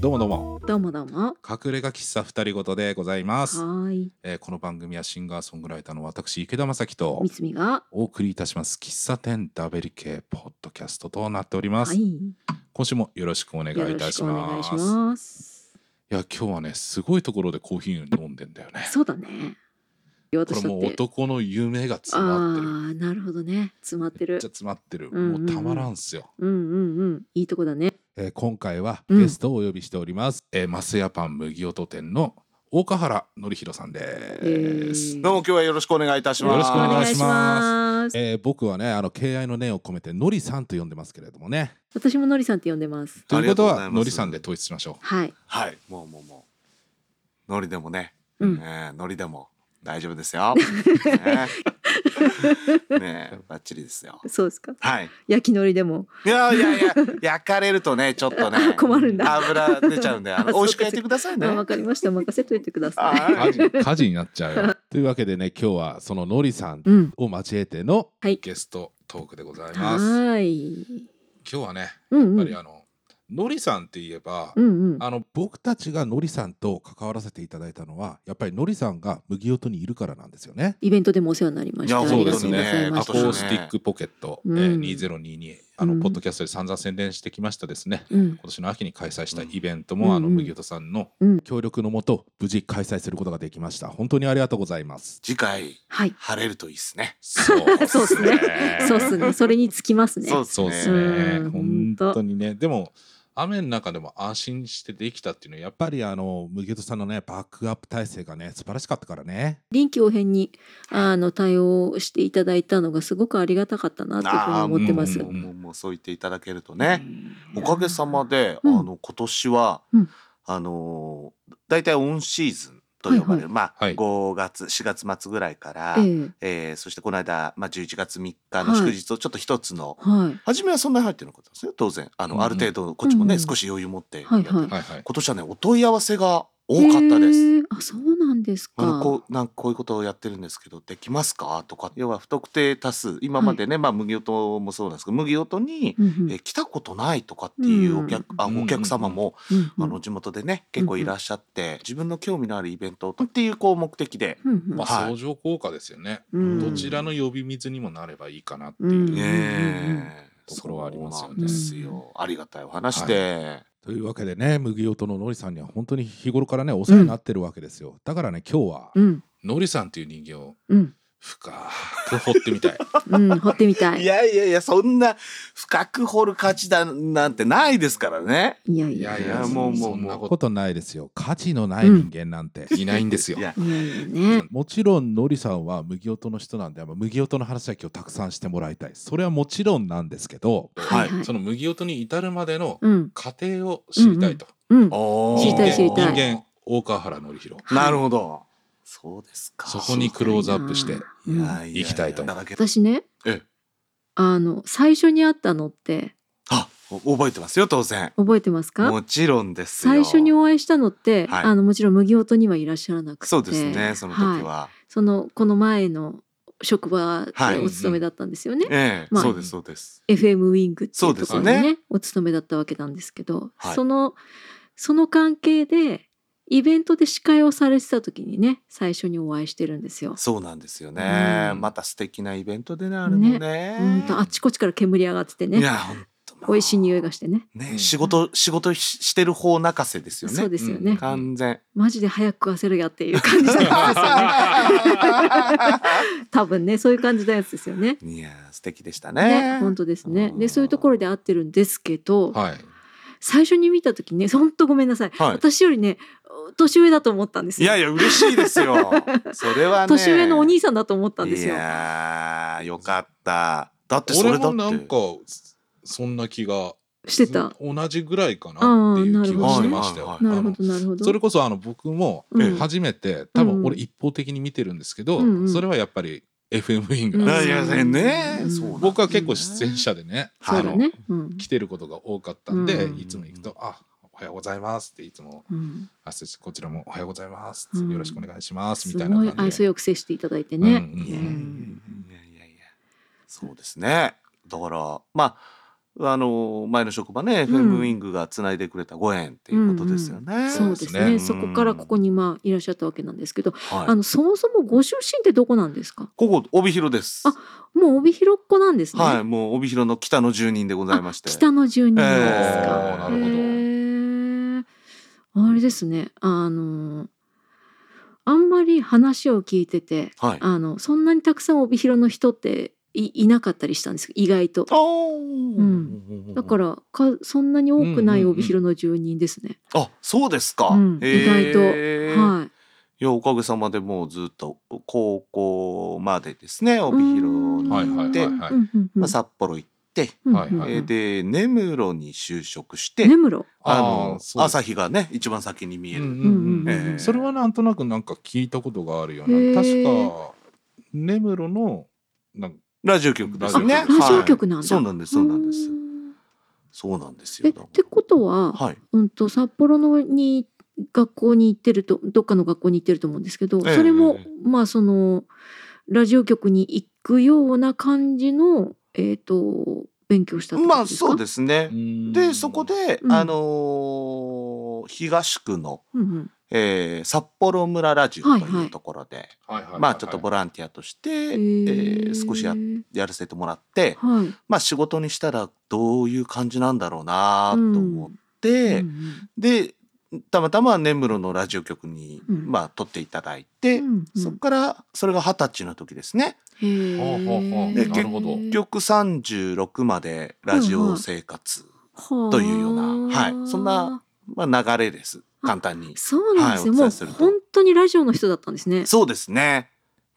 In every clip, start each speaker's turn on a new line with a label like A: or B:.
A: どうもどうも
B: どうもどうも。
A: 隠れ家喫茶二人ごとでございま
B: は
A: す、
B: ーい。
A: えーこの番組はシンガーソングライターの私池田正樹と
B: みつみが。
A: お送りいたします喫茶店ダベリ系ポッドキャストとなっております、
B: はい。
A: 今週もよろしくお願いい
B: よろ
A: た
B: し
A: し
B: くお願
A: ま
B: い
A: す
B: します。
A: いや今日はねすごいところでコーヒー飲んでんだよね
B: そうだね。言おう
A: ことれ
B: した
A: も
B: っ
A: う
B: て。
A: 男の夢が詰まってる
B: ああ、なるほどね。詰まって
A: めっ
B: る
A: ちゃ。詰まってる、
B: うんうんうん
A: もうたまらんすよ、
B: うんうんうん。いいとこだね。
A: えー今回は
B: うん
A: ゲストをお呼びしております、えーマスヤパン麦音店の岡原則弘さんです、
B: えー
C: どうも今日はよろしくお願いいたします。
A: よろしくお願いし
B: ます。
A: えー僕はねあの敬愛の念を込めてのりさんと呼んでますけれどもね
B: 私ものりさんって呼んでます。
A: と
C: あ
A: いう
C: り
A: こと
C: がとうございます
A: はのりさんで統一しましょう
B: はい。
C: はい、もうもうもう。ノリでもね、
B: うん。
C: えー、ノリでも大丈夫で すよ。ねえ、ねえバッチリですよ。
B: そうですか。
C: はい。
B: 焼きのりでも。
C: いやいやいや、焼かれるとね、ちょっとね
B: あ、 困るんだ
C: 油出ちゃうんで、あ
B: あそ
C: の
B: うか
C: 美味しくやってください
B: あ
C: ね。
B: わかりました。任せといてく ださい。
C: は
A: 火事
C: い。
A: 火事になっちゃう よというわけでね今日はそののりさん
B: うん。
A: を交えての
B: はい
A: ゲストトークでございま
B: は
A: す、
B: ーい。
A: 今日はね
B: うんう
A: やっぱり
B: ん。
A: あののりさんって言えば、
B: うんうん。
A: あの僕たちがのりさんと関わらせていただいたのはやっぱりのりさんが麦音にいるからなんですよね。
B: イベントでもお世話になりました。
C: いや
B: あり
C: そ
B: が
C: うで
B: と
C: す
B: うご
C: ね
B: ざいま
A: ア
B: し
A: コ
B: た。
A: ースティックポケット、
B: うん
A: えー2022あの、
B: うん
A: ポッドキャストで散々宣伝してきましたですね。
B: うん。
A: 今年の秋に開催した
C: うん
A: イベントも、
B: うん
A: あの
B: うん
A: 麦音さんの
B: うん
A: 協力のもと無事開催することができました。本当にありがとうござい ます。
C: 次回
B: はい。
C: 晴れるといいですね。
A: そう
B: そうっすねそうっすね。それにつきますね。
C: そうです
A: そう
C: ね。
A: で
B: っ
A: す
B: う
A: ね。
B: ん
A: 本当にね。でも雨の中でも安心してできたっていうのはやっぱりあの麦音さんのねバックアップ体制がね素晴らしかったからね。
B: 臨機応変にあの対応していただいたのがすごくありがたかったなというふうに思ってます
C: あー。もうもうもうもうそう言っていただけるとね。
B: うん
C: おかげさまで、
B: うん
C: あの今年は、
B: うん
C: あのー大体オンシーズンと呼ばれる、まあ、
A: はい
C: 5月4月末ぐらいから、
B: え
C: え
B: え
C: ーそしてこの間、まあ、11月3日の祝日とちょっと一つの、
B: はい。
C: 初めはそんなに入ってなかったんですよ当然あの、
A: うんうん
C: ある程度こっちもね、
B: うんうん
C: 少し余裕持ってやって
B: はい
C: る、
B: はい
A: はいはい。
C: 今年はねお問い合わせが多かったです。
B: へえあ、そうなんです
C: あの
B: か。
C: こうなんこういうことをやってるんですけどできますかとか要は不特定多数今までね、まあ、麦音もそうなんですけど麦音に、
B: うんうん
C: え来たことないとかっていうお客,、あ
A: うん
C: お客様も、
B: うんうん
C: あの地元でね結構いらっしゃって自分の興味のあるイベントをっていうこう目的で
B: うんうん
A: まあ、
C: は
A: 相
C: い
A: 乗効果ですよね、
B: うん
A: どちらの呼び水にもなればいいかなっていう、
B: うん
C: ねえ
A: うんところはありますよね
C: そうなんですよありがたいお話で
A: というわけでね麦音ののりさんには本当に日頃からねお世話になってるわけですよ、だからね今日は
B: うん
A: のりさんっていう人間を
B: うん
A: 深く掘ってみたい
B: うん掘ってみた
C: い
B: い。
C: やいやいやそんな深く掘る価値だなんてないですからね
B: いや
A: い
B: いや
A: や
B: い
A: い
B: や
A: や
C: いやもうもう
A: そんな
C: も
A: ことないですよ価値のない人間なんていないんですよ、
C: いや
B: いやね。
A: もちろんのりさんは麦音の人なんでまあ麦音の話は今日たくさんしてもらいたいそれはもちろんなんですけど
C: はい
B: はい
A: その麦音に至るまでの
B: うん
A: 過程を知りたいと、
B: うん。
C: おー
B: 知りたい知りたい
A: 人間大川原則弘
B: 間
C: なるほどそうですか
A: そこにクローズアップして
B: うん
C: やや
A: 行きたいと思う
C: だらけ
B: 私ね
C: ええ。
B: あの最初に会ったのって
C: あお覚えてますよ当然
B: 覚えてますか？
C: もちろんですよ
B: 最初にお会いしたのって、
C: はい
B: あのもちろん麦音にはいらっしゃらなくて
C: そうですねその時
B: い、
C: は
B: そのこの前の職場で
C: はい
B: お勤めだったんですよね、
C: ええ
B: まあ
C: そうですそうです
B: FM ウィングっていうところに
C: そう
B: ね
C: です
B: お勤めだったわけなんですけど、
C: はい
B: そのその関係でイベントで司会をされてた時にね最初にお会いしてるんですよ。
C: そうなんですよね。
A: うん
C: また素敵なイベントでね、あれもね。
B: うんとあちこちから煙上がってて
C: い
B: ね
C: や、本当。
B: 美味しい匂い
C: が。
B: がしてね
A: うん
C: ね、仕事、仕事ししてる方泣かせですよ
B: そう
C: ね。
B: ですよね、
A: うん
C: 完全。
B: マジで早く食わせるやっていう感じだ ったんですよね多分ねそういう感じのやつですよね。
C: いや、素敵でした
B: ね、
C: ね。
B: 本当ですね。
C: う
B: で
C: ん
B: そういうところで合ってるんですけど、
A: はい
B: 最初に見た時ね本当ごめんなさい、
C: はい。
B: 私よりね年上だと思ったんです
C: い
B: よ
C: やいや、嬉しいです よ。それはね。
B: 年上のお兄
C: さ
B: さんだと思ったんですよ
C: いやー、よかった。だって、そ
A: 俺
C: れだ
A: もな
C: っ
A: ん
C: て
A: か。そんな気が
B: してた
A: 同じぐららいかなっていう気がしてましたよ。
C: あー
B: なるほ
A: あ
B: どなるほ
A: の
B: ど
A: それこそあの僕も
B: うん
A: 初めて、多分
B: う
A: 俺
B: ん
A: 一方的に見てるんですけど、
B: うんうん
A: それはやっぱり FM イング
B: う
A: なんんで
C: あいや、ね
B: うん。
C: そうなんだ
A: 僕は結構出演。者でね、
C: うん
B: そうだねう
A: あ
B: ん
A: の来てることが多かったんで、
B: うん
A: いつも行くと「あおはようございます」っていつも
B: うん
A: 「あそしてこちらもおはようございます」
B: うん
A: よろしくお願いします」み
B: す
A: たいな
B: ごい
A: 感
B: 愛
A: じ
B: 想
A: で。
B: よく接していただいて
A: うんう
B: ね
A: ん
C: いやいやいや
B: うん
C: いやいやそうですねだからまああの前の職場ね、フェムウィングがつないでくれたご縁っていうことですよね。
B: そうですね
A: うん
B: そこからここにまあいらっしゃったわけなんですけど、あ
C: はい。
B: のそもそもご出身ってどこなんですか
C: ここ帯広です。
B: あもう帯広っ子なんですね、
C: はい、もう帯広の北の住人でございまして。
B: あ北の住人なんですか、
A: えーなるほど
B: へーあれですねあのあんまり話を聞いてて
C: はい。あ
B: あのそんなにたくさん帯広の人っていいなかったりしたんですけど意外と
C: あー、。
B: うだかららかそんなに多くな
A: うんうん
B: い
A: うん
B: 帯広の住人ですね、
C: あ、そうですか。
B: うん意外と
C: へー
B: はい
C: いやおかげさまでもうずっと高校までですね帯広に
A: はいはいはい
C: 行って、
A: はい
B: うんうんうん
C: まあ、札幌行って、
B: うん
A: はいはい
C: えーで根室に就職して、
B: 根室
A: あ
C: あの
A: ーそうです
C: 朝日がね一番先に見える、
A: うん
B: う
A: うん
B: ん
A: うん
B: うんうん
C: えー
A: それはなんとなくなんか聞いたことがあるよう
B: へ
A: な確
B: ー
A: か根室のなんか
C: ラジオ局ですね
A: あ
B: ラジオ局なんだ
C: はいそうなんですそうなんです
B: うん
C: そうなんですよ
B: えってことは、
C: はい
B: うんと札幌のに学校に行ってるとどっかの学校に行ってると思うんですけど、
C: ええ
B: それも
C: ええ
B: まあそのラジオ局に行くような感じのえっ、と勉強したってこ
C: ま
B: と
C: あ
B: ですか。
C: そうですねでそこで、
B: うん
C: あのー東区の、
B: うん
C: えー札幌村ラジオというところで、まあちょっとボ
A: ラ
C: ランティアとして、
B: うん。
C: えー少しややらせてもらって、
B: はい。
C: まあ仕事にしたらどういう感じなんだろうなと思っ
B: うん
C: て、
B: うん
C: でたまたま根室のラジオ局に、
B: うん
C: まあ撮っていただいて、
B: うんうん
C: そこからそれが二十歳の時ですね
B: へー
A: ほうほうほう
C: で
A: なるほど
C: 結局36までラジオ生活、というようなはいそんな。まあ、流れです簡単に
B: そうなんですよ、
C: はいお伝えす
B: も
C: る
B: う
C: と
B: 本当にラジオの人だったんですね。
C: そうですね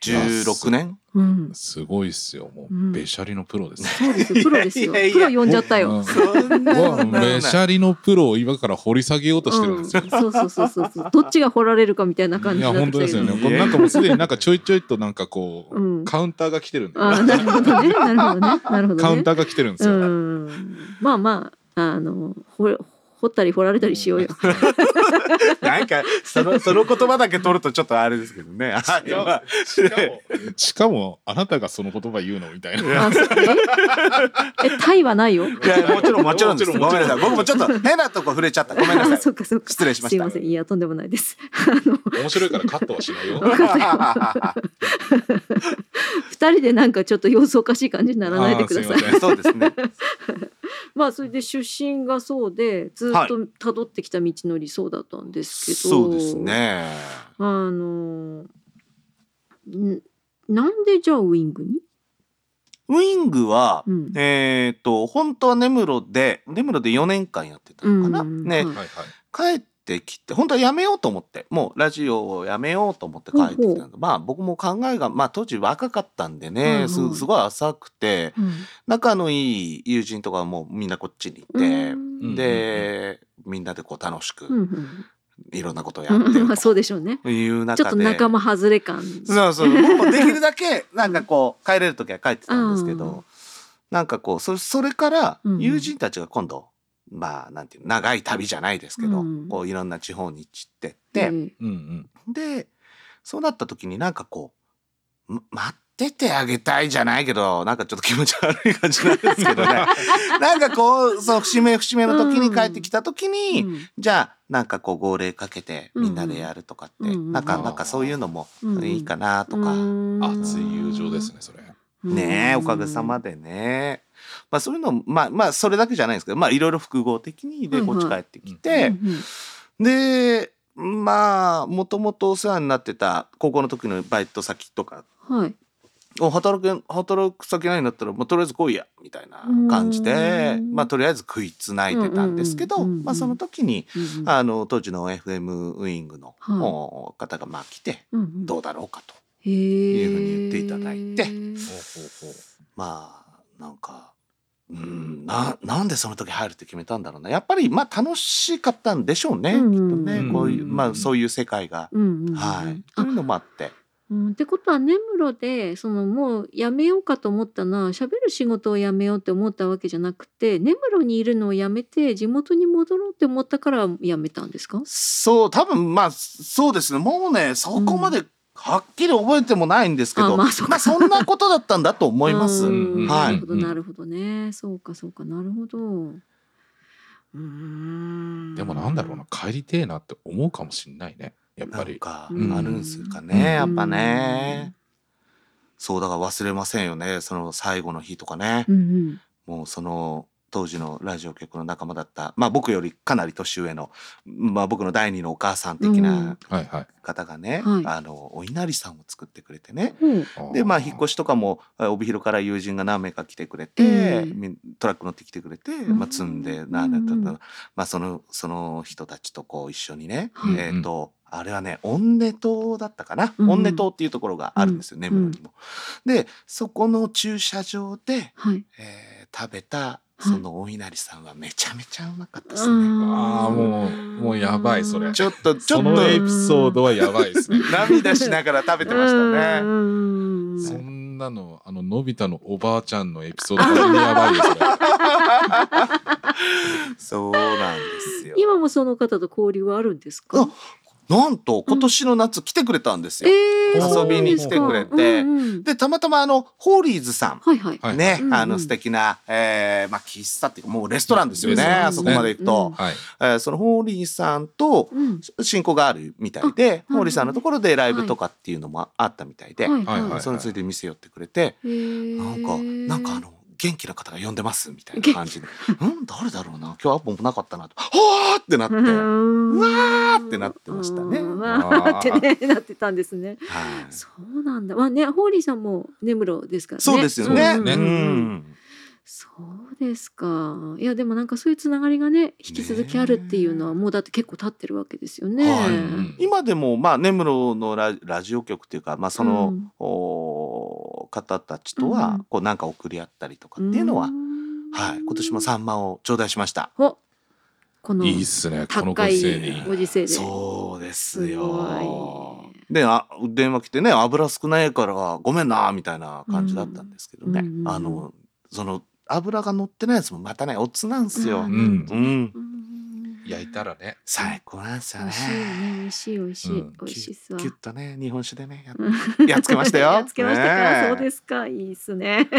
C: 16年
B: うん。
A: すごいっすよも
B: う
A: うんべしゃりのプロですね
B: そうですよプロですよ。
C: いやいやい
B: プ
C: や
B: ロ呼んじゃったよ。
A: うん
C: そんな
A: うわ
C: ことない
A: べしゃりのプロを今から掘り下げようとしてるんですよ、
B: うんそうそうそうそうそう。どっちが掘られるかみたいな感
A: い
B: じ
A: や
B: になっ
A: 本
B: て
A: 当
B: き
A: で
B: た
A: す
B: け
A: よねも
B: ど
A: うなんかもうすでになんかちょいちょいとなんかこう、
B: うん。
A: カウンターが来てるんだよ
B: あーなるほどね。なるほどね。なるほどね。
A: カウンターが来てるんですよ、
B: うん。まあまああの掘掘ったり掘られたりしようよ。
C: なんかそのその言葉だけ取るとちょっとあれですけどね。 はいまあ
A: しかもしかもあなたがその言葉言うのみたいな
B: あそうええ タイはないよ。
C: いやもちろんもちろんです。
A: もち
C: ご
A: ろん
C: めんなさい。僕もちょ っと変なとこ触れちゃった。ごめんな
B: あ
C: さ
B: そ
C: い。
B: っかそっか。
C: 失礼しま
B: す
C: した
B: いませんいやとんでもないです。 あの
A: 面白いからカットはしないよ
B: わかんない二人でなんかちょっと様子おかしい感じにならないでくださ
A: あー
B: い。
A: すません
C: そうですね。
B: まあそれで出身がそうでずっと辿ってきた道のりそうだったんですけど。
C: そうですね。
B: あのんなんでじゃあウィングに、
C: ウィングは、
B: うん
C: えっ、と本当は根室で根室で4年間やってたのかな。
B: うん
C: ね、
A: はいはい
C: 帰ってきて本当はやめようと思ってもうラジオをやめようと思って帰ってきたんだまあ僕も考えが、まあ、当時若かったんで
B: うんう
C: ね
B: ん
C: すすごい浅くて仲のいい友人とかはもうみんなこっちに行って。
A: うん
C: で、みんなでこう楽しく
B: うんうん
C: いろんなことをや
B: う
C: って
B: ん
C: る
B: まあ そう
C: と
B: でしょうね
C: いう
B: ち
C: 中で
B: ょっと仲間外れ感
C: そうそう僕もできるだけなんかこう帰れる時は帰ってたんですけ
B: うん
C: どなんかこうそそれから
B: うん
C: 友人たちが今度、まあなんていうの長い旅じゃないですけど、
B: うん
C: こういろんな地方に散ってっ
B: え
C: て、
B: え
A: うんうん
C: でそうなった時になんかこう、ま待っててあげたいじゃないけどなんかちょっと気持ち悪い感じなんですけ どねなんかこうそう節目節目の時に帰ってきた時に、
B: うん
C: じゃあなんかこう号令かけてみんなでやるとかって、
B: うんうん
C: なん
A: う
C: か
A: ん
C: なんかそういうのも
B: うん
C: いいかなとか、
B: うん
A: 熱い友情ですねそれ
C: ねえおかげさまでね、まあ、そういうのまあまあそれだけじゃないんですけどまあいろいろ複合的にで
B: はい
C: こ
B: はい
C: っち帰ってきて、
B: うんうん
C: でまあもともとお世話になってた高校の時のバイト先とか
B: はい
C: お働く働く先ないんだったら、まあ、とりあえず来いやみたいな感じで
B: うん
C: まあとりあえず食いつないでたんですけど、
B: うんうんうんうん
C: まあ、その時に
B: うんうん
C: あの当時の FM ウイングの
B: はい
C: お方がまあ来て
B: うんうん
C: どうだろうかと
B: へえ
C: いうふうに言っていただいて
A: ほうほうほ
C: まあなんかうんななんでその時入るって決めたんだろうなやっぱりまあ楽しかったんでしょうね、
B: うん
C: きっと
A: う
C: ね
A: ん
C: こういう、ま
A: うん
C: あ、そういう世界が、
B: うんうんうん
C: はいと
B: あ
C: いうのもあって
B: うん、ってことは根室でそのもうやめようかと思ったのは喋る仕事をやめようって思ったわけじゃなくて根室にいるのをやめて地元に戻ろうって思ったからやめたんですか
C: そう多分まあそうですねもうねそこまではっきり覚えてもないんですけど
B: あまあそうか
C: そんなことだったんだと思います。
B: うん
A: うん
B: な
C: はい
B: るほど、
A: うん
B: なるほどね。そうか、そうか、なるほど。うーん。
A: でもなんだろうな。帰りてえなって思うかもしんないねやっ
C: な
A: ぱ
C: ん
A: り
C: か
B: うん
C: あるんすかね、
A: うん
C: やっぱね。そうだから忘れませんよねその最後の日とかね
B: う。ん
C: もうその当時のラジオ局の仲間だった、まあ、僕よりかなり年上の、まあ、僕の第二のお母さん的な
A: はいはい
C: 方がね、
B: うんはい
C: あのお稲荷さんを作ってくれてね。
B: うん。ほう。
A: あー
C: でまあ引っ越しとかもあ帯広から友人が何名か来てくれて、
B: ええ
C: みトラック乗ってきてくれて、
B: ん
C: まあ、積んでなんだった
B: うん
C: まあ、そのその人たちとこう一緒にね、
B: はい
C: えっ、とあれはね恩根島だったかな、
B: うん
C: 恩根島っていうところがあるんですよ、根室にも。でそこの駐車場で、
B: はい。
C: えー食べたそのお稲荷さんはめちゃめちゃうまかったですね。
A: あーもうもうやばいそれ
C: ちょっとちょ
A: そ
C: っ
A: のエ
C: と
A: ピソードはやばいですね
C: 涙しながら食べてましたね。
A: そ
B: ね。
A: んなのあののび太のおばあちゃんのエピソード本当にやばいですね
C: そうなんですよ。
B: 今もその方と交流はあるんですか
C: あ。なんと今年の夏来てくれたんです
B: え
C: よ。
B: え
A: 遊びに来て
C: く
B: そうな
C: れて
B: んですかうんうん
C: でたまたまあのホーリーズさん。
B: はいはい。
A: はい
C: ね、
B: うんうん
C: あの素敵な、えーまあ、喫茶っていうかもうレストランですよね、
A: レストラン
C: あ
A: です
C: そ
A: ね
C: こまで行くと、
A: はい
C: えーそのホーリーさんと
B: うん。
C: 親交があるみたいで、
B: あ
C: ホーリーさんのところでライブとかっていうのもあったみたいで、
B: はい
A: はい
B: は
A: はいい。
C: そのついで店寄ってくれて、
B: へー
C: なんかなんかあ。の元気な方が呼んでますみたいな感じで「うん誰だろうな今日アポもなかったな」と「 はあ!」ってなって、は
B: うわ
C: ーってなってましたね
B: わーってねなってたんですね。
C: い
B: そうなんだ。まあね、ホーリーさんも根室ですからね。
C: そうですよ
A: そ
C: ね。
A: うですね
C: うん
B: そうですか。いやでもなんかそういうつながりがね引き続きあるっていうのは
C: ね
B: もうだって結構経ってるわけですよね。
C: はい
A: うん
C: 今でもまあ根室のララジオ局っていうか、まあ、そ
B: う
C: の、
B: ん
C: お方たちと
B: うんう
C: は
B: ん
C: こうなんか送り合ったりとかっていうのは、
B: ん
C: はい、今年もサンマを頂戴しました。
B: おこの
A: いいっすねこのご
B: 高い
A: 時世に
B: ご時世で。
C: そうです
B: す
C: よ
B: ごい。
C: であ電話来てね油少ないからごめんなみたいな感じだったんですけどね、
B: うんうんうん
C: あのその油が乗ってないやつもまたねおつなんすよ。
B: う
C: うんん
A: うん
B: うん
A: 焼いたらね
C: 最高なんですよ
B: 美味しい
C: ね。
B: ね美味しい美味
A: う
B: しい
A: ん
B: 美味しいっすわ
C: キュ。ッとね日本酒でねやっ
B: うん
C: やっつけましたよ
B: やっつけましたか、
C: ねえ
B: そうですか。いいっすね。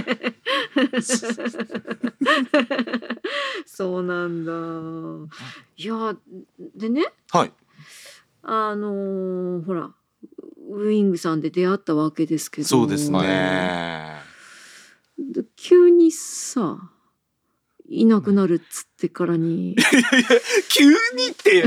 B: そうなんだ。いや、でね、
C: はい
B: あのーほら、ウイングさんで出会ったわけですけど。
C: そうですね。
B: で急にさ、いなくなるっつってからに。
C: 急にって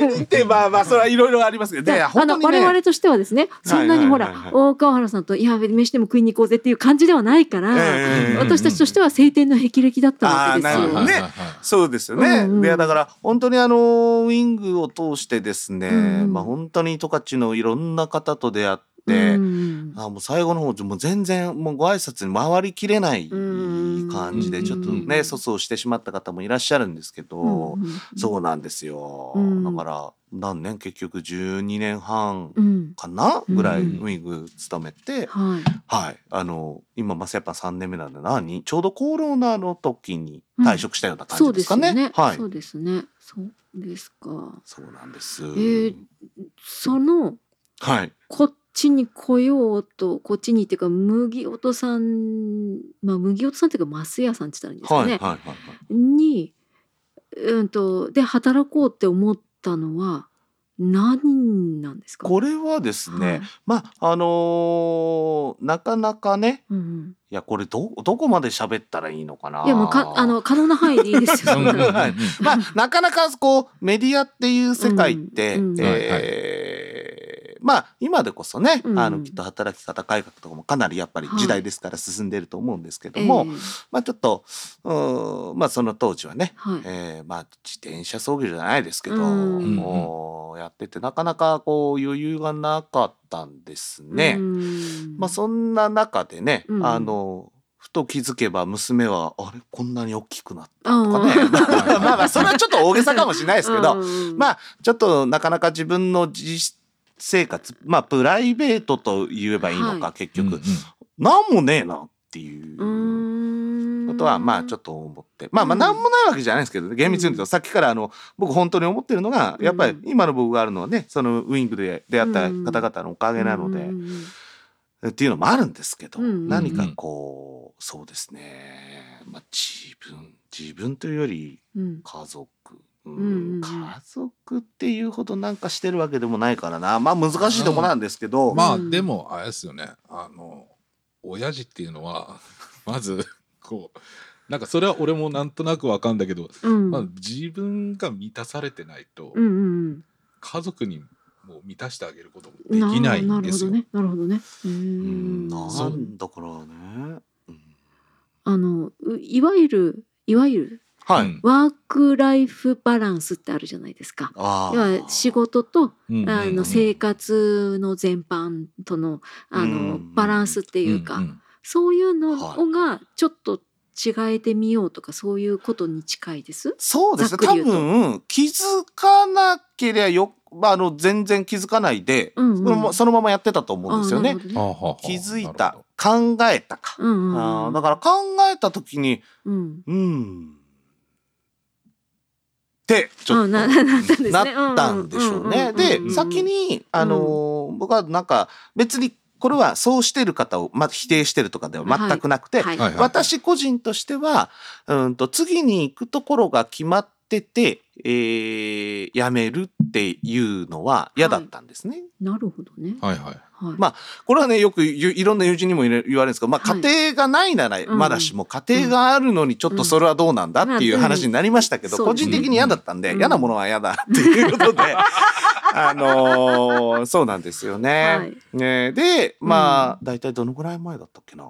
C: 急にってまあまあそれ はいろいろありますけど
B: だ
C: ね
B: あ
C: 本
B: の
C: 当に
B: 我
C: ね
B: 々としてはですね、そんなにほ
C: はいはい
B: ら
C: はいは
B: 大川原さんといや飯でも食いに行こうぜっていう感じではないから、
C: ええ
B: 私たちとしては晴天の霹靂だったわけです
C: あーなるほ
B: よ
C: ど。ねそうですよ
B: う
C: ね、
B: んうん
C: いやだから本当にあのウィングを通してですね、
B: うん
C: まあ本当に十勝のいろんな方と出会って、
B: うん
C: あもう最後の方もう全然もうご挨拶に回りきれない感じ
A: う
C: で
A: ん
C: ちょっとね、粗相してしまった方もいらっしゃるんですけど、
B: うん
C: そうなんですよ、
B: うん
C: だから何年結局12年半
B: うん
C: かなぐらい
A: うん
C: ウィング勤めて、
B: はい。
C: はいあの今まさやっぱ3年目なんで何ちょうどコロナの時に退職したような感
B: そ
C: じ
B: う
C: で
B: ですす
C: か
B: よ
C: ね。
B: ね。
C: はい
B: そうですね。そうですか。
C: そうなんです。
B: ーその
C: はい。
B: こっちに来ようとこっちにっていうか麦音さんまあ麦音さんっていうかマスヤさんって言ったらいいんです
C: は
B: か
C: い。は
B: ね
C: い。。はい。
B: にうんとで働こうって思ったのは何なんですか。
C: これはです
B: は
C: ね
B: い、
C: まあ、あのーなかなかね、
B: うん
C: いや、これ、ど、どこまで喋ったらいいのか
B: う
C: な。
B: ん、いやもうかあ。の可能な範囲でいいですよ。
A: はい
C: まあ、なかなか、こう、メディアっていう世界って、
B: うんうん
C: えーまあ、今でこそね、
B: うん
C: あの、きっと働き方改革とかもかなりやっぱり時代ですから進んでいると思うんですけど
B: ええ
C: も、まあ、ちょっと、うーんまあ、その当時はね、
B: はい。
C: えーまあ自転車操業じゃないですけど、
B: うん
C: もうやっててなかなかこう余裕がなかったんですね。
B: うん
C: まあそんな中でね、
B: うん
C: あのふと気づけば娘はあれこんなに大きくなった
B: あー
C: と
B: うん
C: かね まあまあそれはちょっと大げさかもしれないですけど、
B: うん
C: まあちょっとなかなか自分の実生活まあプライベート と言えばいいのか、
B: は
C: 結
A: 結
C: 局、
A: 局
C: なんもねえなっていう
B: うーん
C: ことは、
B: うん
C: まあちょっと思って。まあまあ
B: うん
C: なんもないわけじゃないですけど、ね、厳密に言う
B: う
C: と、さっきからあの、僕本当に思ってるのが、やっぱり
B: うん
C: 今の僕があるのはね、そのウィングで出会った方々のおかげなので、
B: うんうん
C: っていうのもあるんですけど、
B: うん
C: 何かこう、そうですね。まあ自分、自分というより
B: うん
C: 家族。う
B: うんうん
C: ん家族っていうほどなんかしてるわけでもないからなまあ難しいとこなんですけど、
A: まあ
B: うん
A: でもあれですよねあの親父っていうのは まずこうなんかそれは俺もなんとなくわかんだけど、
B: うん
A: まあ、自分が満たされてないと
B: うんうん
A: 家族にも満たしてあげることも
B: うん
A: できない
B: なんる
A: で
B: ほ
A: す
B: ど
A: よ。
B: ねなるほどねうー
C: うん
B: ん
A: そ
C: な
A: うん
C: だからね、うん
B: あのういわゆるいわゆる
C: はい、
A: うん
B: ワークライフバランスってあるじゃないですか。
C: あ
B: 要は仕事と
A: うん
B: あ
A: うん
B: の生活の全般とのあ
C: うんう
B: の
C: ん
B: バランスっていうか、
A: んん
B: そういうの
C: はい
B: がちょっと違えてみようとかそういうことに近いです。
C: そうですね
B: ざっく
C: 多
B: り言うと
C: 分気づかなければよ、まあ、あの全然気づかないで、
B: うんうん
C: そのまそのままやってたと思うんですよ
B: あ
C: ね
B: ー。なるほど
A: あはは
C: 気づい
A: なる
C: た
A: ほ
C: 考えたか、
B: うんうんうん
C: あーだから考えた時に
B: うん。
C: うんってちょ
B: あ
C: っと
B: な なったんですね。
C: なったんでしょうね。で
A: うん
C: 先にあのー僕はなんか別にこれはそうしてる方を、まあ、否定してるとかでは全くなくて、
B: はい
A: どはいはい
C: 私個人としては、うんと次に行くところが決まってて、えー辞めるっていうのは嫌だったんですね。
B: なるほどね。
A: はいはい
B: はい。
C: まこれはね、よくゆいろんな友人にも言われるんですけど、まあ
B: はい
C: 家庭がないなら
B: ん
C: まだしも、家庭があるのにちょっとそれはどうなんだっていううん話になりましたけど、
B: まあ
C: 個人的に嫌だったんで、
B: うん
C: 嫌なものは嫌だっていうことで、あのーそうなんですよね。
B: はい
C: ねで、まあ、大体どのぐらい前だったっけな。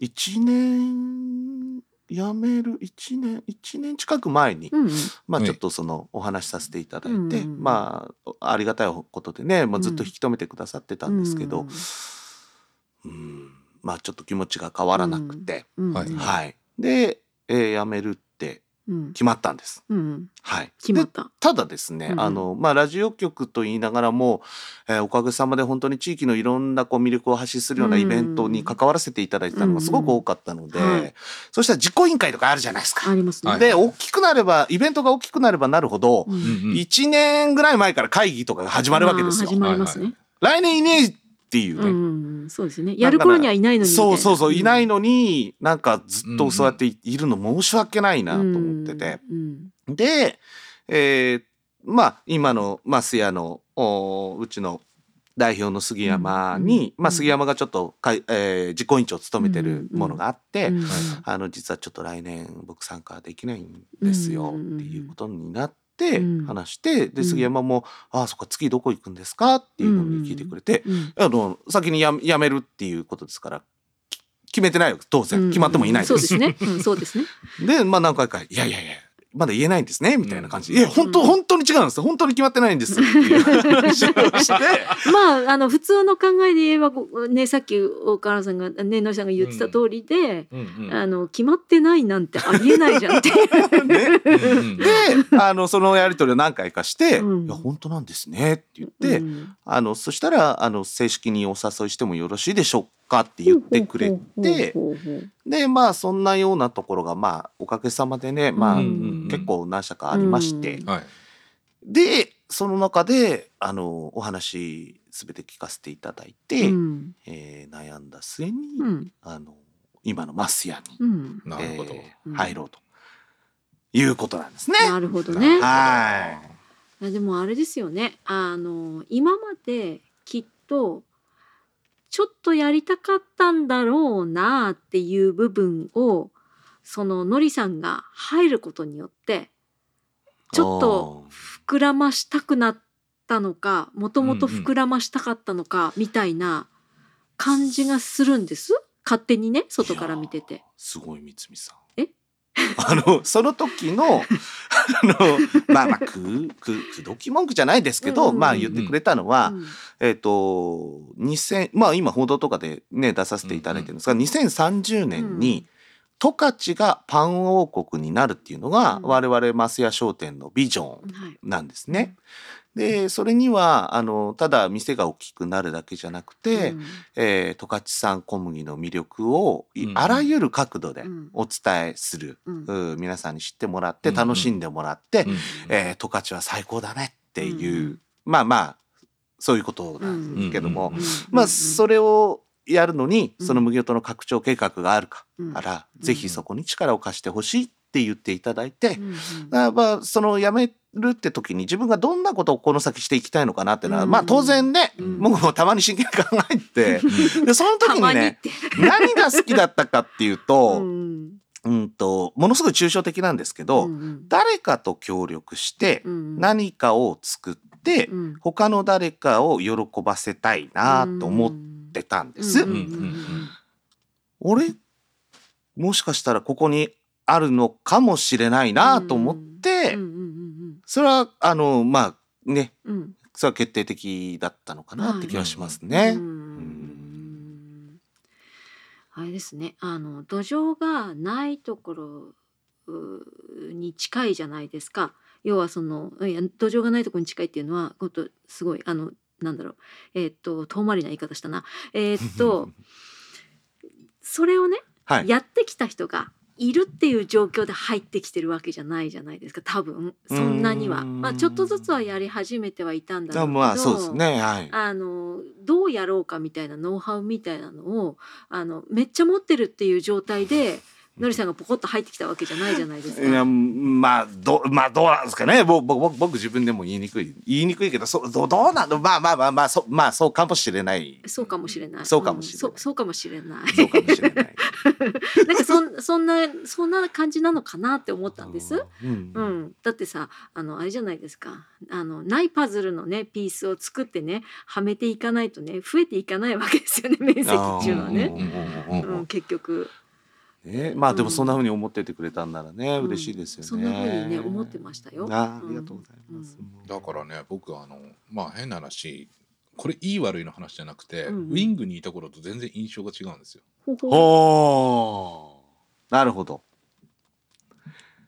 C: 1年、辞める1年、1年近く前に、
B: うんうん
C: まあ
A: はい
C: ちょっとそのお話しさせていただいて、
B: うん
C: まあ、ありがたいことでね、もうずっと引き止めてくださってたんですけど、うん、まあちょっと気持ちが変わらなくて、
B: うん
A: はいうん
C: はい。で、えー辞めるって
B: うん
C: 決まったんです。
B: うん
C: はい。
B: 決まっ
C: で
B: た。
C: ただですね、
B: うん
C: あのまあ、ラジオ局と言いながらも、えーおかげさまで本当に地域のいろんなこう魅力を発信するようなイベントに関わらせていただいてたのがすごく多かったので、
B: うんはい
C: そしたら実行委員会とかあるじゃないですか。
B: ありますね。
A: はい
C: で大きくなればイベントが大きくなればなるほど、
B: うん
A: うんうん
C: 1年ぐらい前から会議とかが始まるわけですよ
B: あー。始まりますね。
C: 来年いねえっていうね。
B: うんうんうん、そうですね。やる頃にはいないのにみたいな。
C: そうそうそういない
B: の
C: のになんかずっとそうやっていいるの申し訳ないなと思ってて、。
B: うん
C: で、えーまあ今のまあスヤのおーうちの代表の杉山に、
B: うんう
C: まあ、
B: ん
C: 杉山がちょっとかい、えー実行委員長を務めてるものがあって、
B: うんうん
C: あの実はちょっと来年僕参加できないんですよ
B: うん
C: っていうことになって
B: うん
C: 話して、
B: う
C: で
B: ん
C: 杉山も「ああそっか次どこ行くんですか?」っていうふうに聞いてくれて、
B: うん
C: あの先にや辞めるっていうことですからき決めてないわけ当然決まってもいない
B: そ
C: です
B: うですね。 うんそうですね。
C: で、まあ何回か、いやいやいや、まだ言えないんですね、みたいな感じで、
A: うん
C: いや、本当、
B: うん
C: 本当に違うんです。本当に決まってないんです。っていう話をして、
B: まあ、あの普通の考えで言えば、ごね、さっき大川原さんが、ね、のりさんが言ってた通りで。
A: うんうん
B: あの決まってないなんてありえないじゃんっていう。
C: ね。
A: うんうん
C: で、あの、そのやりとりを何回かして、
B: うん
C: いや、本当なん ですね、って言って、
B: うん
C: あの、そしたら、あの、正式にお誘いしてもよろしいでしょうかって言ってくれて、
B: ほうほうほうほう
C: で、まあ、そんなようなところが、まあ、おかげさまでね、まあ、
A: うんうん
C: 結構何社かありまして、
B: うん
A: はい
C: で、その中で、あの、お話、すべて聞かせていただいて、
B: うん
C: えー悩んだ末に、
B: うん
C: あの今のマスヤに、
B: うん
A: なるほど、
C: えー
B: うん
C: 入ろうということなんですね。
B: なるほどね。
C: は
B: でもあれですよねあの今まできっとちょっとやりたかったんだろうなっていう部分をそののりさんが入ることによってちょっと膨らましたくなったのかもともと
A: うんうん
B: 膨らましたかったのかみたいな感じがするんです、勝手にね外から見てて。
C: すごい三海さん。
B: え
C: あのその時の あのまあまあくくくどき文句じゃないですけど、
B: うん
C: まあ言ってくれたのは、
B: うん
C: えっ、と2000まあ今報道とかでね出させていただいてるんですが、2030年に、十勝がパン王国になるっていうのが、
B: うん
C: 我々増屋商店のビジョン
B: はい
C: なんですね。でそれにはあのただ店が大きくなるだけじゃなくて、
B: うん
C: えー十勝産小麦の魅力をい
A: うん
C: あらゆる角度で
B: うん
C: お伝えする、
B: うん
C: うん皆さんに知ってもらって
A: うんうん
C: 楽しんでもらって、
A: うん
C: えー十勝は最高だねってい
B: う
C: う、
B: ん
C: まあまあそういうことなんですけども、
A: うん
B: うん
C: ま
B: う
C: あ
B: ん
C: それをやるのに
B: うん
C: その麦音の拡張計画があるか
B: うん
C: ら、
B: うん
C: ぜひそこに力を貸してほしいって言っていただいて、
B: うんうん
C: だからまあその辞めるって時に自分がどんなことをこの先していきたいのかなっていうのは、
B: うん
C: まあ当然ね、
B: うん
C: 僕もたまに真剣に考えてでその時
B: た
C: に
B: まにっ
C: ね
B: て。
C: 何が好きだったかってい う
B: う
C: と,、
B: ん
C: うん、とものすごい抽象的なんですけど、
B: うん
C: 誰かと協力して
B: うん
C: 何かを作って、
B: うん
C: 他の誰かを喜ばせたいなと思っ
B: って
C: たんです。
A: ん
C: 俺もしかしたらここにあるのかもしれないなと思って、それはあのまあねそれは決定的だったのかなって気がしますね。ん
B: あれですねあの土壌がないところうに近いじゃないですか要はそのいや土壌がないところに近いっていうのはことすごいあのなんだろうえーっと遠回りな言い方したなえーっとそれをね
C: はい。
B: やってきた人がいるっていう状況で入ってきてるわけじゃないじゃないですか多分そんなに
C: うー
B: は、
C: ん
B: まあ、ちょっとずつはやり始めてはいたんだろうけ
C: あ
B: ど
C: まあそうですね。はい。
B: あのどうやろうかみたいなノウハウみたいなのをあのめっちゃ持ってるっていう状態でのりさんがポコッと入ってきたわけじゃないじゃないです
C: いや
B: か。
C: まあどまあどうなんですかね。僕僕僕自分でも言いにくい言いにくいけどそうどうどうなのまあまあまあまあそうまあそうかもしれない。
B: そうかもしれない。
C: そうかもしれない
B: うんそうそうかもしれな
C: そうかもし れない。
B: い。なんかそんそんなそんな感じなのかなって思ったんです。
C: うん。
B: う。ん、だってさあのあれじゃないですかあのないパズルのねピースを作ってねはめていかないとね増えていかないわけですよね面積
C: あ
B: っていうのは
C: ー
B: ね、
C: うんうんうんうん
B: うん、結局、
C: ね、まあで
B: う
C: も
B: ん
C: そんな風に思っててくれたんならね、
B: うん
C: 嬉しいですよね。
B: そんな風にね思ってましたよ
C: あ、
B: うん
C: ありがとうございます。
B: う
A: だからね僕はあのまあ変な話これいい悪いの話じゃなくて、
B: うんうん
A: ウィングにいた頃と全然印象が違うんですよ
B: ほほ
C: ほーなるほど。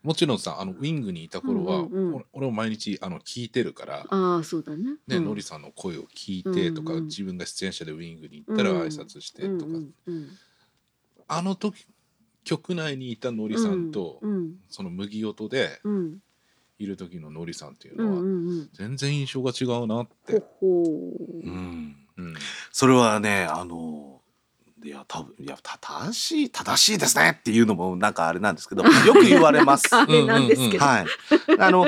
A: もちろんさあのウィングにいた頃は、
B: うんうんうん
A: 俺俺も毎日あの聞いてるから
B: ああそうだね
A: ね、
B: うん
A: のりさんの声を聞いてとか、
B: うんうん
A: 自分が出演者でウィングに行ったら挨拶してとか、
B: うんうん
A: あの時局内にいたのりさんと、
B: うん
A: その麦音で
B: うん
A: いる時ののりさんっていう
B: う
A: のは、
B: んうんうん
A: 全然印象が違うなっ
B: ほ
A: て、
B: ほ
C: うん。
A: うん
C: それはね、あの。いや、多分、いや、正しい、正しいですねっていうのも、なんかあれなんです けど、よく言われます。
B: なん
C: は
B: かあれなんですけ
A: う
B: ど、
A: ん
C: い。
A: う
C: あの、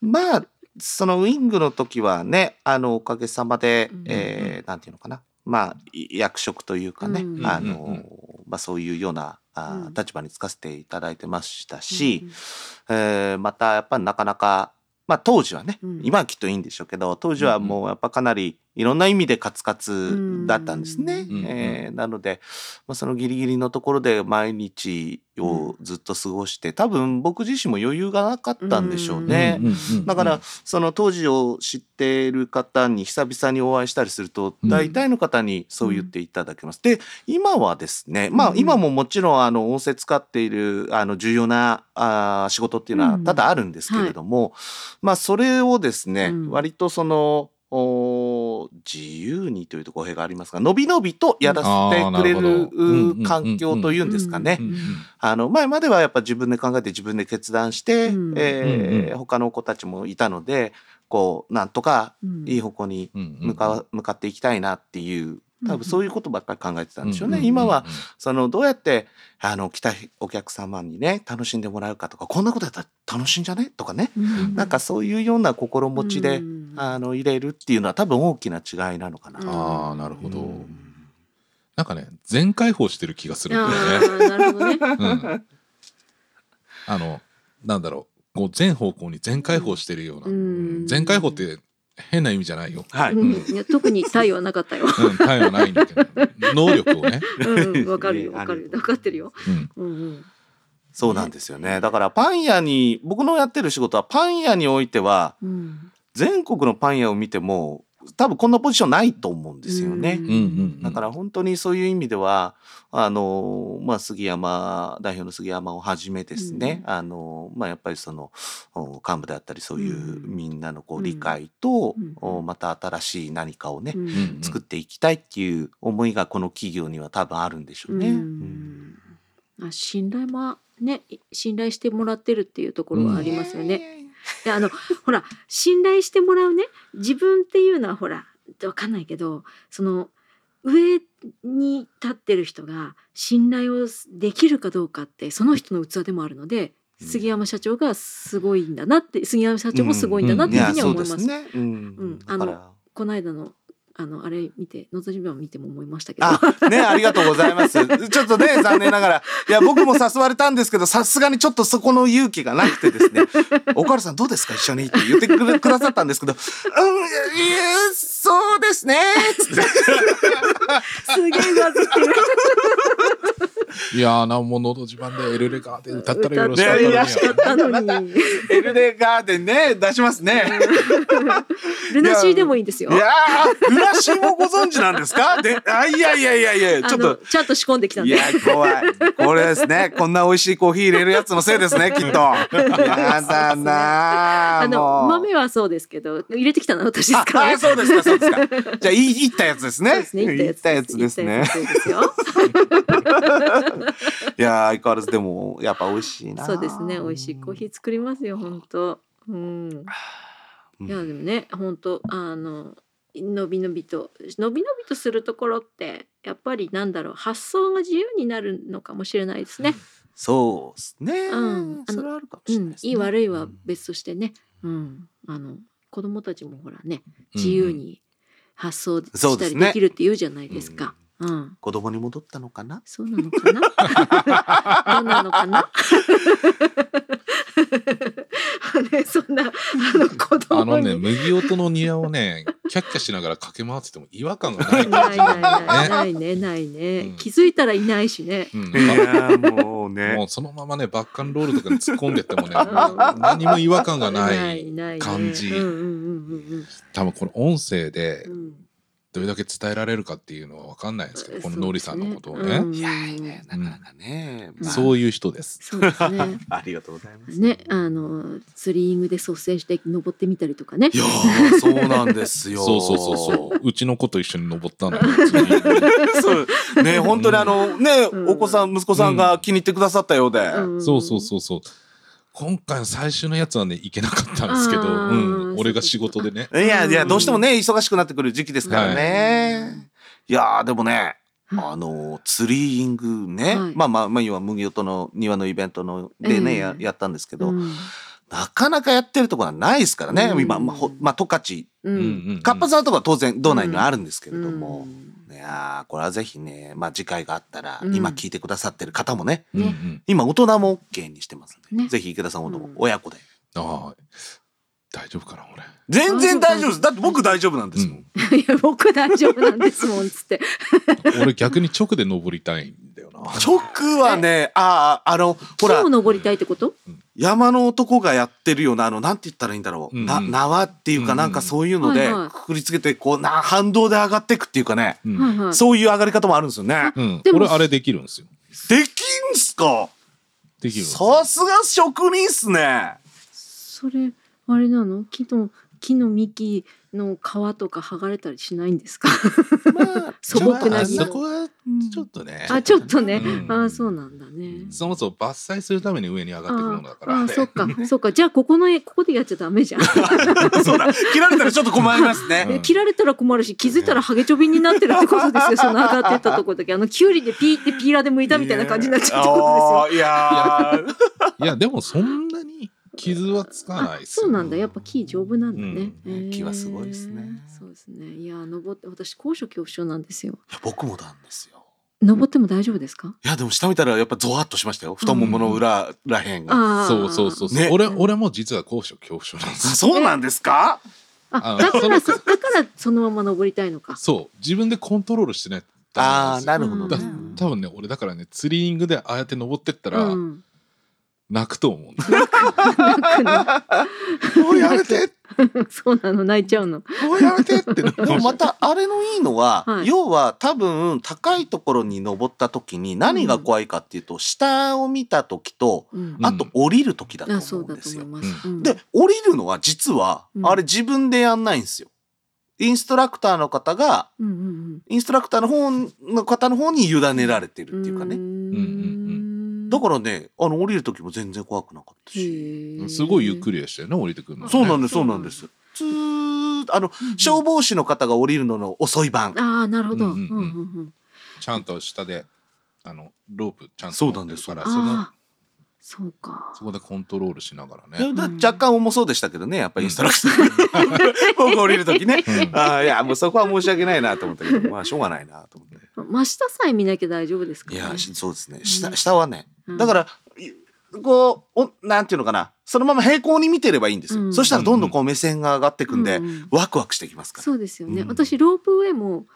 C: まあ、そのウィングの時はね、あの、おかげさまで
B: うん、
C: えーなんていうのかな。まあ、い役職というかね
B: う、ん
C: あ
A: うんうんう
C: の
A: ん、
C: まあ、そういうよう
B: う
C: な。あ
B: ん
C: ー立場につかせていただいてましたし、えーまたやっぱりなかなか、まあ、当時はね、
B: うん
C: 今はきっといいんでしょうけど当時はもうやっぱかなりいろんな意味でカツカツだったんですね。
A: うん
C: えーなので、まあ、そのギリギリのところで毎日をずっと過ごして多分僕自身も余裕がなかったんでしょうね。
B: うん
C: だから、その当時を知っている方に久々にお会いしたりすると大体の方にそう言っていただけます。で今はですねまあ
B: うん
C: 今ももちろんあの音声使っているあの重要なあー仕事っていうのは
B: うん
C: 多々あるんですけれども、まあそれをですね、
B: うん
C: 割とそのお自由にというと語弊がありますがのびのびとやらせてくれ
A: あーなる
C: る
A: ほどうんうん
C: う環境というんですかね。
A: うんうん
C: あの前まではやっぱ自分で考えて自分で決断して、
B: うん
A: う
C: えー
A: んうん
C: 他の子たちもいたのでこうなんとか
B: うん
C: いい方向に
A: うんうんうん
C: 向か,、向かっていきたいなっていう多分そういうことばっかり考えてたんでしょう
A: うんうん
C: ね。
A: うん
C: 今はそのどうやってあの来たお客様にね楽しんでもらうかとかこんなことやったら楽しいんじゃねとかね、
B: うん
C: なんかそういうような心持ちで、
B: うん
C: あの入れるっていうのは多分大きな違いなのかな。
B: うん
A: ああなるほど、
C: うん
A: なんかね全開放してる気がするんだよね
B: ああなるほど ね
A: うんあのなんだろうこう全方向に全開放してるような、
B: うん
A: 全開放って変な意味じゃないよ、
C: はい、
B: うんいや特に体はなかったよ
A: うん、単位はないんだけど能力をね、
B: うんわかるよわかるよ
C: いや
B: わかってるよ
A: うん、
B: うんうん
C: そうなんですよね。だからパン屋に僕のやってる仕事はパン屋においては
B: うん
C: 全国のパン屋を見ても多分こんなポジションないと思うんですよね。
B: うん
A: うんうん
C: だから本当にそういう意味ではあの、まあ、杉山代表の杉山をはじめですね、あのまあ、やっぱりそのお幹部であったりそういううんみんなのこう理解と、
B: うん
C: おまた新しい何かをね、
B: うん
A: うん
C: 作っていきたいっていう思いがこの企業には多分あるんでしょう
B: う
C: ね。うん
B: んあ信頼もね信頼してもらってるっていうところはありますよね。であの ほら信頼してもらうね自分っていうのはほらわかんないけどその上に立ってる人が信頼をできるかどうかってその人の器でもあるので
C: うん
B: 杉山社長がすごいんだなって杉山社長もすごいんだなっ
A: ん
B: ていうふう
C: や
B: には
C: そう
B: 思い
C: で
B: ますす。
C: ね。うん
B: うん
C: だから
B: この間のあのあれ見て「のぞみばん」見ても思いましたけど。
C: あ、ね、ありがとうございます。ちょっとね、残念ながら。いや、僕も誘われたんですけど、さすがにちょっとそこの勇気がなくてですね、お母さんどうですか一緒にって言ってくれくださったんですけど、うん、いえそうですね。つっ て
B: すげえバズってる。
A: いやーなんものど自慢でエルレガーで歌ったらよろし
C: か
A: か
C: っ
A: ったた
C: の
A: の
C: に
A: に
C: いや
A: や
C: いや
B: あのに。
C: エルレガーデンね、出しますね。
B: ルナシーでもいいです
C: い
B: よ。
C: やー、ルラシーもご存知なんですかで、あ、いやいやいやいや、
B: あ
C: ちょっと
B: の。ちゃんと仕込んできたん
C: い
B: で
C: や。怖いこれで すねこんな美味しいコーヒー入れるやつのせいですねきっとやだな
B: あ
C: あ
B: の豆はそうですけど入れてきたのは私ですから。
C: ああそうですかそうですかじゃあいいいったやつです ね
B: そうですね。
C: いったやつですね
B: そうですよ。
C: いやー相変わらずでもやっぱ美味しい な
B: そうですね。美味しいコーヒー作りますよ。本当。うん。
C: うん
B: いやでもね、本当あの伸び伸びと伸び伸びとするところってやっぱりなんだろう発想が自由になるのかもしれないですね。
C: そうですね、
B: うんあの
C: それはあるかも
B: う
C: しれない
B: ん
C: で。すね、
B: いい悪いは別としてね。うん。あの子供たちもほらね自由に発想
C: そう
B: し
C: で
B: た
C: す
B: り
C: ね
B: できるって言うじゃないですか。うん
C: 子供に戻ったのかな
B: そうなのかなどうなのかな ねそんな、あの、子
A: あの
B: 供に。
A: ね麦音の庭をねキャッキャしながら駆け回ってても違和感がない
B: な
A: 感
B: い
A: じな
B: ない
A: んだ
B: ない、
A: よね
B: ないね、ないね、
A: うん
B: 気づいたらいないしね。
A: うん
C: ーもう
A: もうそのままねバッカンロールとかに突っ込んでってもね
B: うん
A: 何も違和感がな
B: ない
A: い
B: ないね
A: 感じ
B: うんうんうん
A: 多分この音声で
B: うんうん。
A: どれだけ伝えられるかっていうのは分かんないですけどこのノリさんのことを
B: そうです
A: ね
B: うん
C: いやいやいやなかなかね、
B: うん
C: まあ
A: そういう人です
B: そうですね。
C: ありがとうございます
B: ね、あの、ツリーングで率先して登ってみたりとかね
C: い。やー そうなんですよ
A: そうそうそうそううちの子と一緒に登ったのよ次
C: そうね本当にあのね、
B: うん
C: お子さん息子さんが気に入ってくださったようで、
B: ん
A: そうそうそうそう。今回の最終のやつはね、行けなかったんですけど、
B: あ
A: う
B: ー
A: ん、俺が仕事でね。
C: いやいや
B: うん
C: どうしてもね忙しくなってくる時期ですからね、、
B: はい
C: やーでもね
B: うん
C: あのツリーイングね、
B: はい
C: まあまあまあ今麦音の庭のイベントのでね、
B: ええ
C: ややったんですけど、
B: うん。
C: なかなかやってるところはないですからね、
B: うん
C: 今まあほまあ十勝
B: う
A: うん
B: ん。
A: うんうん
C: かっぱ沢とかは当然道内にはあるんですけれども、
B: うん
C: いやーこれはぜひね、まあ、次回があったら、
B: うん
C: 今聞いてくださってる方もね
A: うんう
B: ね。
A: ん。
C: 今大人も OK にしてますんで、
B: ね
C: ぜひ池田さんほども
B: うん
C: 親子で。
A: ああ、大丈夫かな、俺。
C: 全然大丈夫です。だって僕大丈夫なんですもん。
B: いや僕大丈夫なんですもんっ つって。
A: うん俺逆に直で登りたいんだよな。
C: 直はね、ああ、あの、ほ
B: 今
C: ら
B: 日、登りたいってこと？
C: 山の男がやってるような、あの、なんて言ったらいいんだろう。
A: うん
C: な、縄っていうか、
A: うん
C: なんかそういうので、
B: はいはい
C: くくりつけて、こう、な、反動で上がっていくっていうかね。
A: うん
B: はいはい。
C: そういう上がり方もあるんですよね。
A: うん
B: でも
A: 俺あれできるんですよ。
C: できんすか
A: できる。
C: さすが職人っすね。
B: それあれなの？木の木の幹の皮とか剥がれたりしないんです か？
C: まあ、
B: 素朴な
A: あ
B: 木
A: そ
B: の
A: こは、ちょっとね。
B: あちょっとね。
A: うん
B: あそうなんだね。
A: そもそも伐採するために上に上がってくものだから。
B: ああそっかそっかじゃあここの絵ここでやっちゃダメじゃん。
C: そうだ。切られたらちょっと困りますね。
A: うん
B: 切られたら困るし気づいたらハゲチョビになってるってことですよその上がってったところだけあのキュウリでピーってピーラーで剥 いたみたいな感じになっちゃうって こと
C: ですよ。いや ー
A: いや、でもそんなに傷はつか
B: と
A: ない
B: で
A: ですす
B: よ。あ
A: よ。
B: そうなんだやっぱ木丈夫なんだね。
C: うん
B: へえ
C: 木はすごいですね
B: そうですねいや登って私高所恐怖症なんですよ。
C: いや僕もなんですよ。
B: 登っても大丈夫ですか？
C: いやでも下見たらやっぱゾワッとしましたよ。太ももの裏らへんが。あ
B: ああ
A: そうそうそうそう。
C: ね
A: 俺、俺も実は高所恐怖症なんですよ
C: そうなんですか？
B: あ
A: あ
B: だから
A: そ
B: そだからそのまま登りたいのか。
A: そう自分でコントロールしてないとダ
C: ああ
A: メ
C: な
A: なんで
C: るほどね
A: すよ
B: う
A: だ多分ね俺だからねツリーイングでああやって登ってったら
B: うん、
A: 泣くと思うんだよ、
B: なんかね
C: もうやめて。
B: そうなの泣いちゃうの。
C: もうやめてってな でもまたあれのいいのは、
B: はい
C: 要は多分高いところに登った時に何が怖いかっていうと、下を見た時と
B: うん
A: あ
C: あと降りる時だと
B: あそ
C: 思
B: うだ
C: うんで
B: と
C: す
B: 思
C: よ
B: い。ます。うん
C: で降りるのは実は
B: うん
C: あれ自分でやんないんですよ。インストラクターの方が
B: うんうん
C: インストラクターの方の方の方に委ねられて
B: う
C: る
B: ん。
C: っていうかね。
A: うん
B: ん
C: だからねあの降りる時も全然怖くなかったし。
A: うん
B: ら
A: すごいゆっ
B: り。
A: くりでしたよね降りてくるの、ね、
C: そうなんです
B: そ
C: そうう
B: な
C: なんん
B: だ
C: です。ずーっとあの消防士の方が降りるのの遅い版。
B: ああなるほど。う
A: うんん
B: うん
A: うん
B: う
A: うん
B: ん。
A: ちゃんと下であのロープちゃんと
C: そうなんです
A: 持ってるからその
B: ああそうか。
A: そこでコントロールしながら
C: いや
A: ね、
C: だ
B: うん
C: 若干重そうでしたけどねやっぱりインストラク ター僕降りる時ね。
A: うん
C: あーいやもうそこは申し訳ないなと思ったけどまあしょうがないなと思って。
B: 真下さえ見なきゃ大丈夫ですか
C: い
B: らね、
C: やしそうですね
B: うん
C: 下下はね
B: うん
C: だから、いこう、お、なんていうのかな、そのまま平行に見てればいいんですよ。
B: うん
C: そしたらどんどんこう目線が上がっていくんで、
B: うんうん
C: ワクワクしてきますから。
B: そうですよね、
A: うん
B: 私ロープウェイも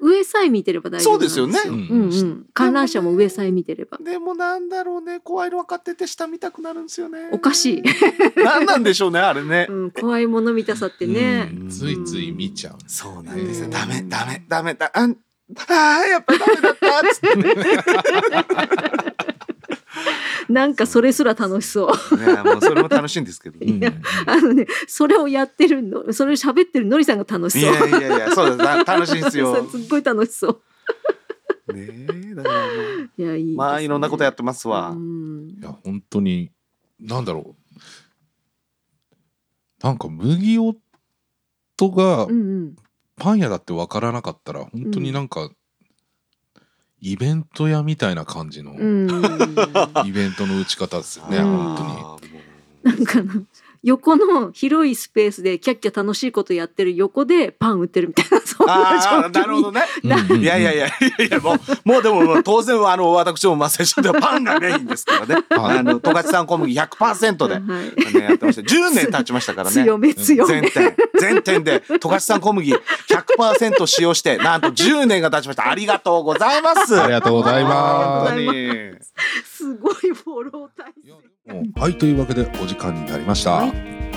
B: 上さえ見てれば大丈夫なんですよ
C: そうです
A: よね
B: うんうん、観覧車も上さえ見てれば
C: でもなんだろうね、怖いの分かってて下見たくなるんですよね。
B: おかしい。
C: なんなんでしょうね、あれね。
B: うん、怖いもの見たさってね、
A: うんついつい見ちゃう、
C: そうなんです
B: う
C: よ。
B: ん
C: ダメ、ダメ、ダメ、だ、あん、あーやっぱりダメだったっつってね。
B: なんかそれすら楽しそう
C: いや、もうそれも楽しいんですけど。
A: うん
C: いや
B: あのねそれをやってるのそれを喋ってるのりさんが楽し
C: い
B: そう
C: やいや、そうです。た楽しいんですよ。
B: それすっごい楽しそう
C: ねえ、だからもう。
B: いやいいですね、
C: まあ、いろんなことや
B: っ
C: ってます
B: た
C: わ。
A: いや本当になんだろうなんか麦夫が
B: うんうん
A: パン屋だって分からなかったら本当になんか、イベント屋みたいな感じの、
B: う ん、
A: イベントの打ち方ですよね、
B: うん
A: 本
C: 当に。
B: なんかな横の広いスペースでキャッキャ楽しいことやってる横でパン売ってるみたいなそんな状況
C: ああ、
B: に
C: なるほどね。
A: 当に、うんうん
C: いやいやいやいやいやもうもうでももう当然あの私どもマッサージではパンがメインですからね。
A: はい
C: あの十勝産小麦100%で、
B: はいはい
C: ね、やっ てました。10年経ちましたからね。
B: 強め強め、
C: 全店全店で十勝産小麦100%使用してなんと10年が経ちました。ありがとうございます。
A: ありがとうございます
B: ありがとうござ
C: 本当に
B: すごいフォロー体
A: い
B: 制
A: やでもはいというわけでお時間になりました、
B: はい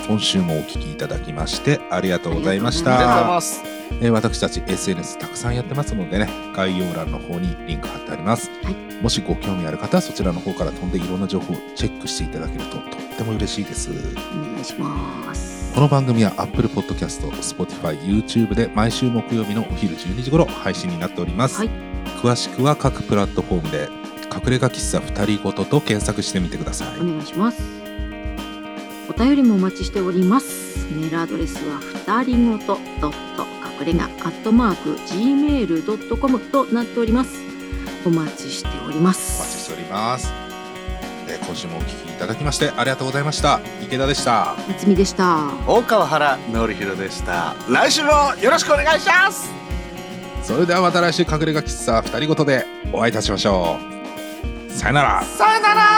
A: 今週もお聞きいただきましてありがとうございまし
C: あ
A: た
C: りがとうございます。
A: えー私たち SNS たくさんやってますのでね概要欄の方にリンク貼ってあります、
B: は
A: もしご興味ある方はそちらの方から飛んでいろんな情報をチェックしていただけるととっても嬉しいです
B: お願いします
A: この番組は Apple Podcast、Spotify、YouTube で毎週木曜日のお昼12時頃配信になっております、
B: はい
A: 詳しくは各プラットフォームで隠れ家喫茶二人ごとと検索してみてください、
B: お願いしますお便りもお待ちしておりますメールアドレスは二人ごとドット隠れがアットマーク gmail.com となっておりますお待ちしておりま
A: お待ちし
B: す
A: ておりますえー今週もお聞きいただきましてありがとうございました池田でした
B: 夏美でした
C: 大川原則弘でした。来週もよろしくお願いします。
A: それではまた来週隠れ家喫茶二人ごとでお会いいたしましょうさよなら
C: さよなら。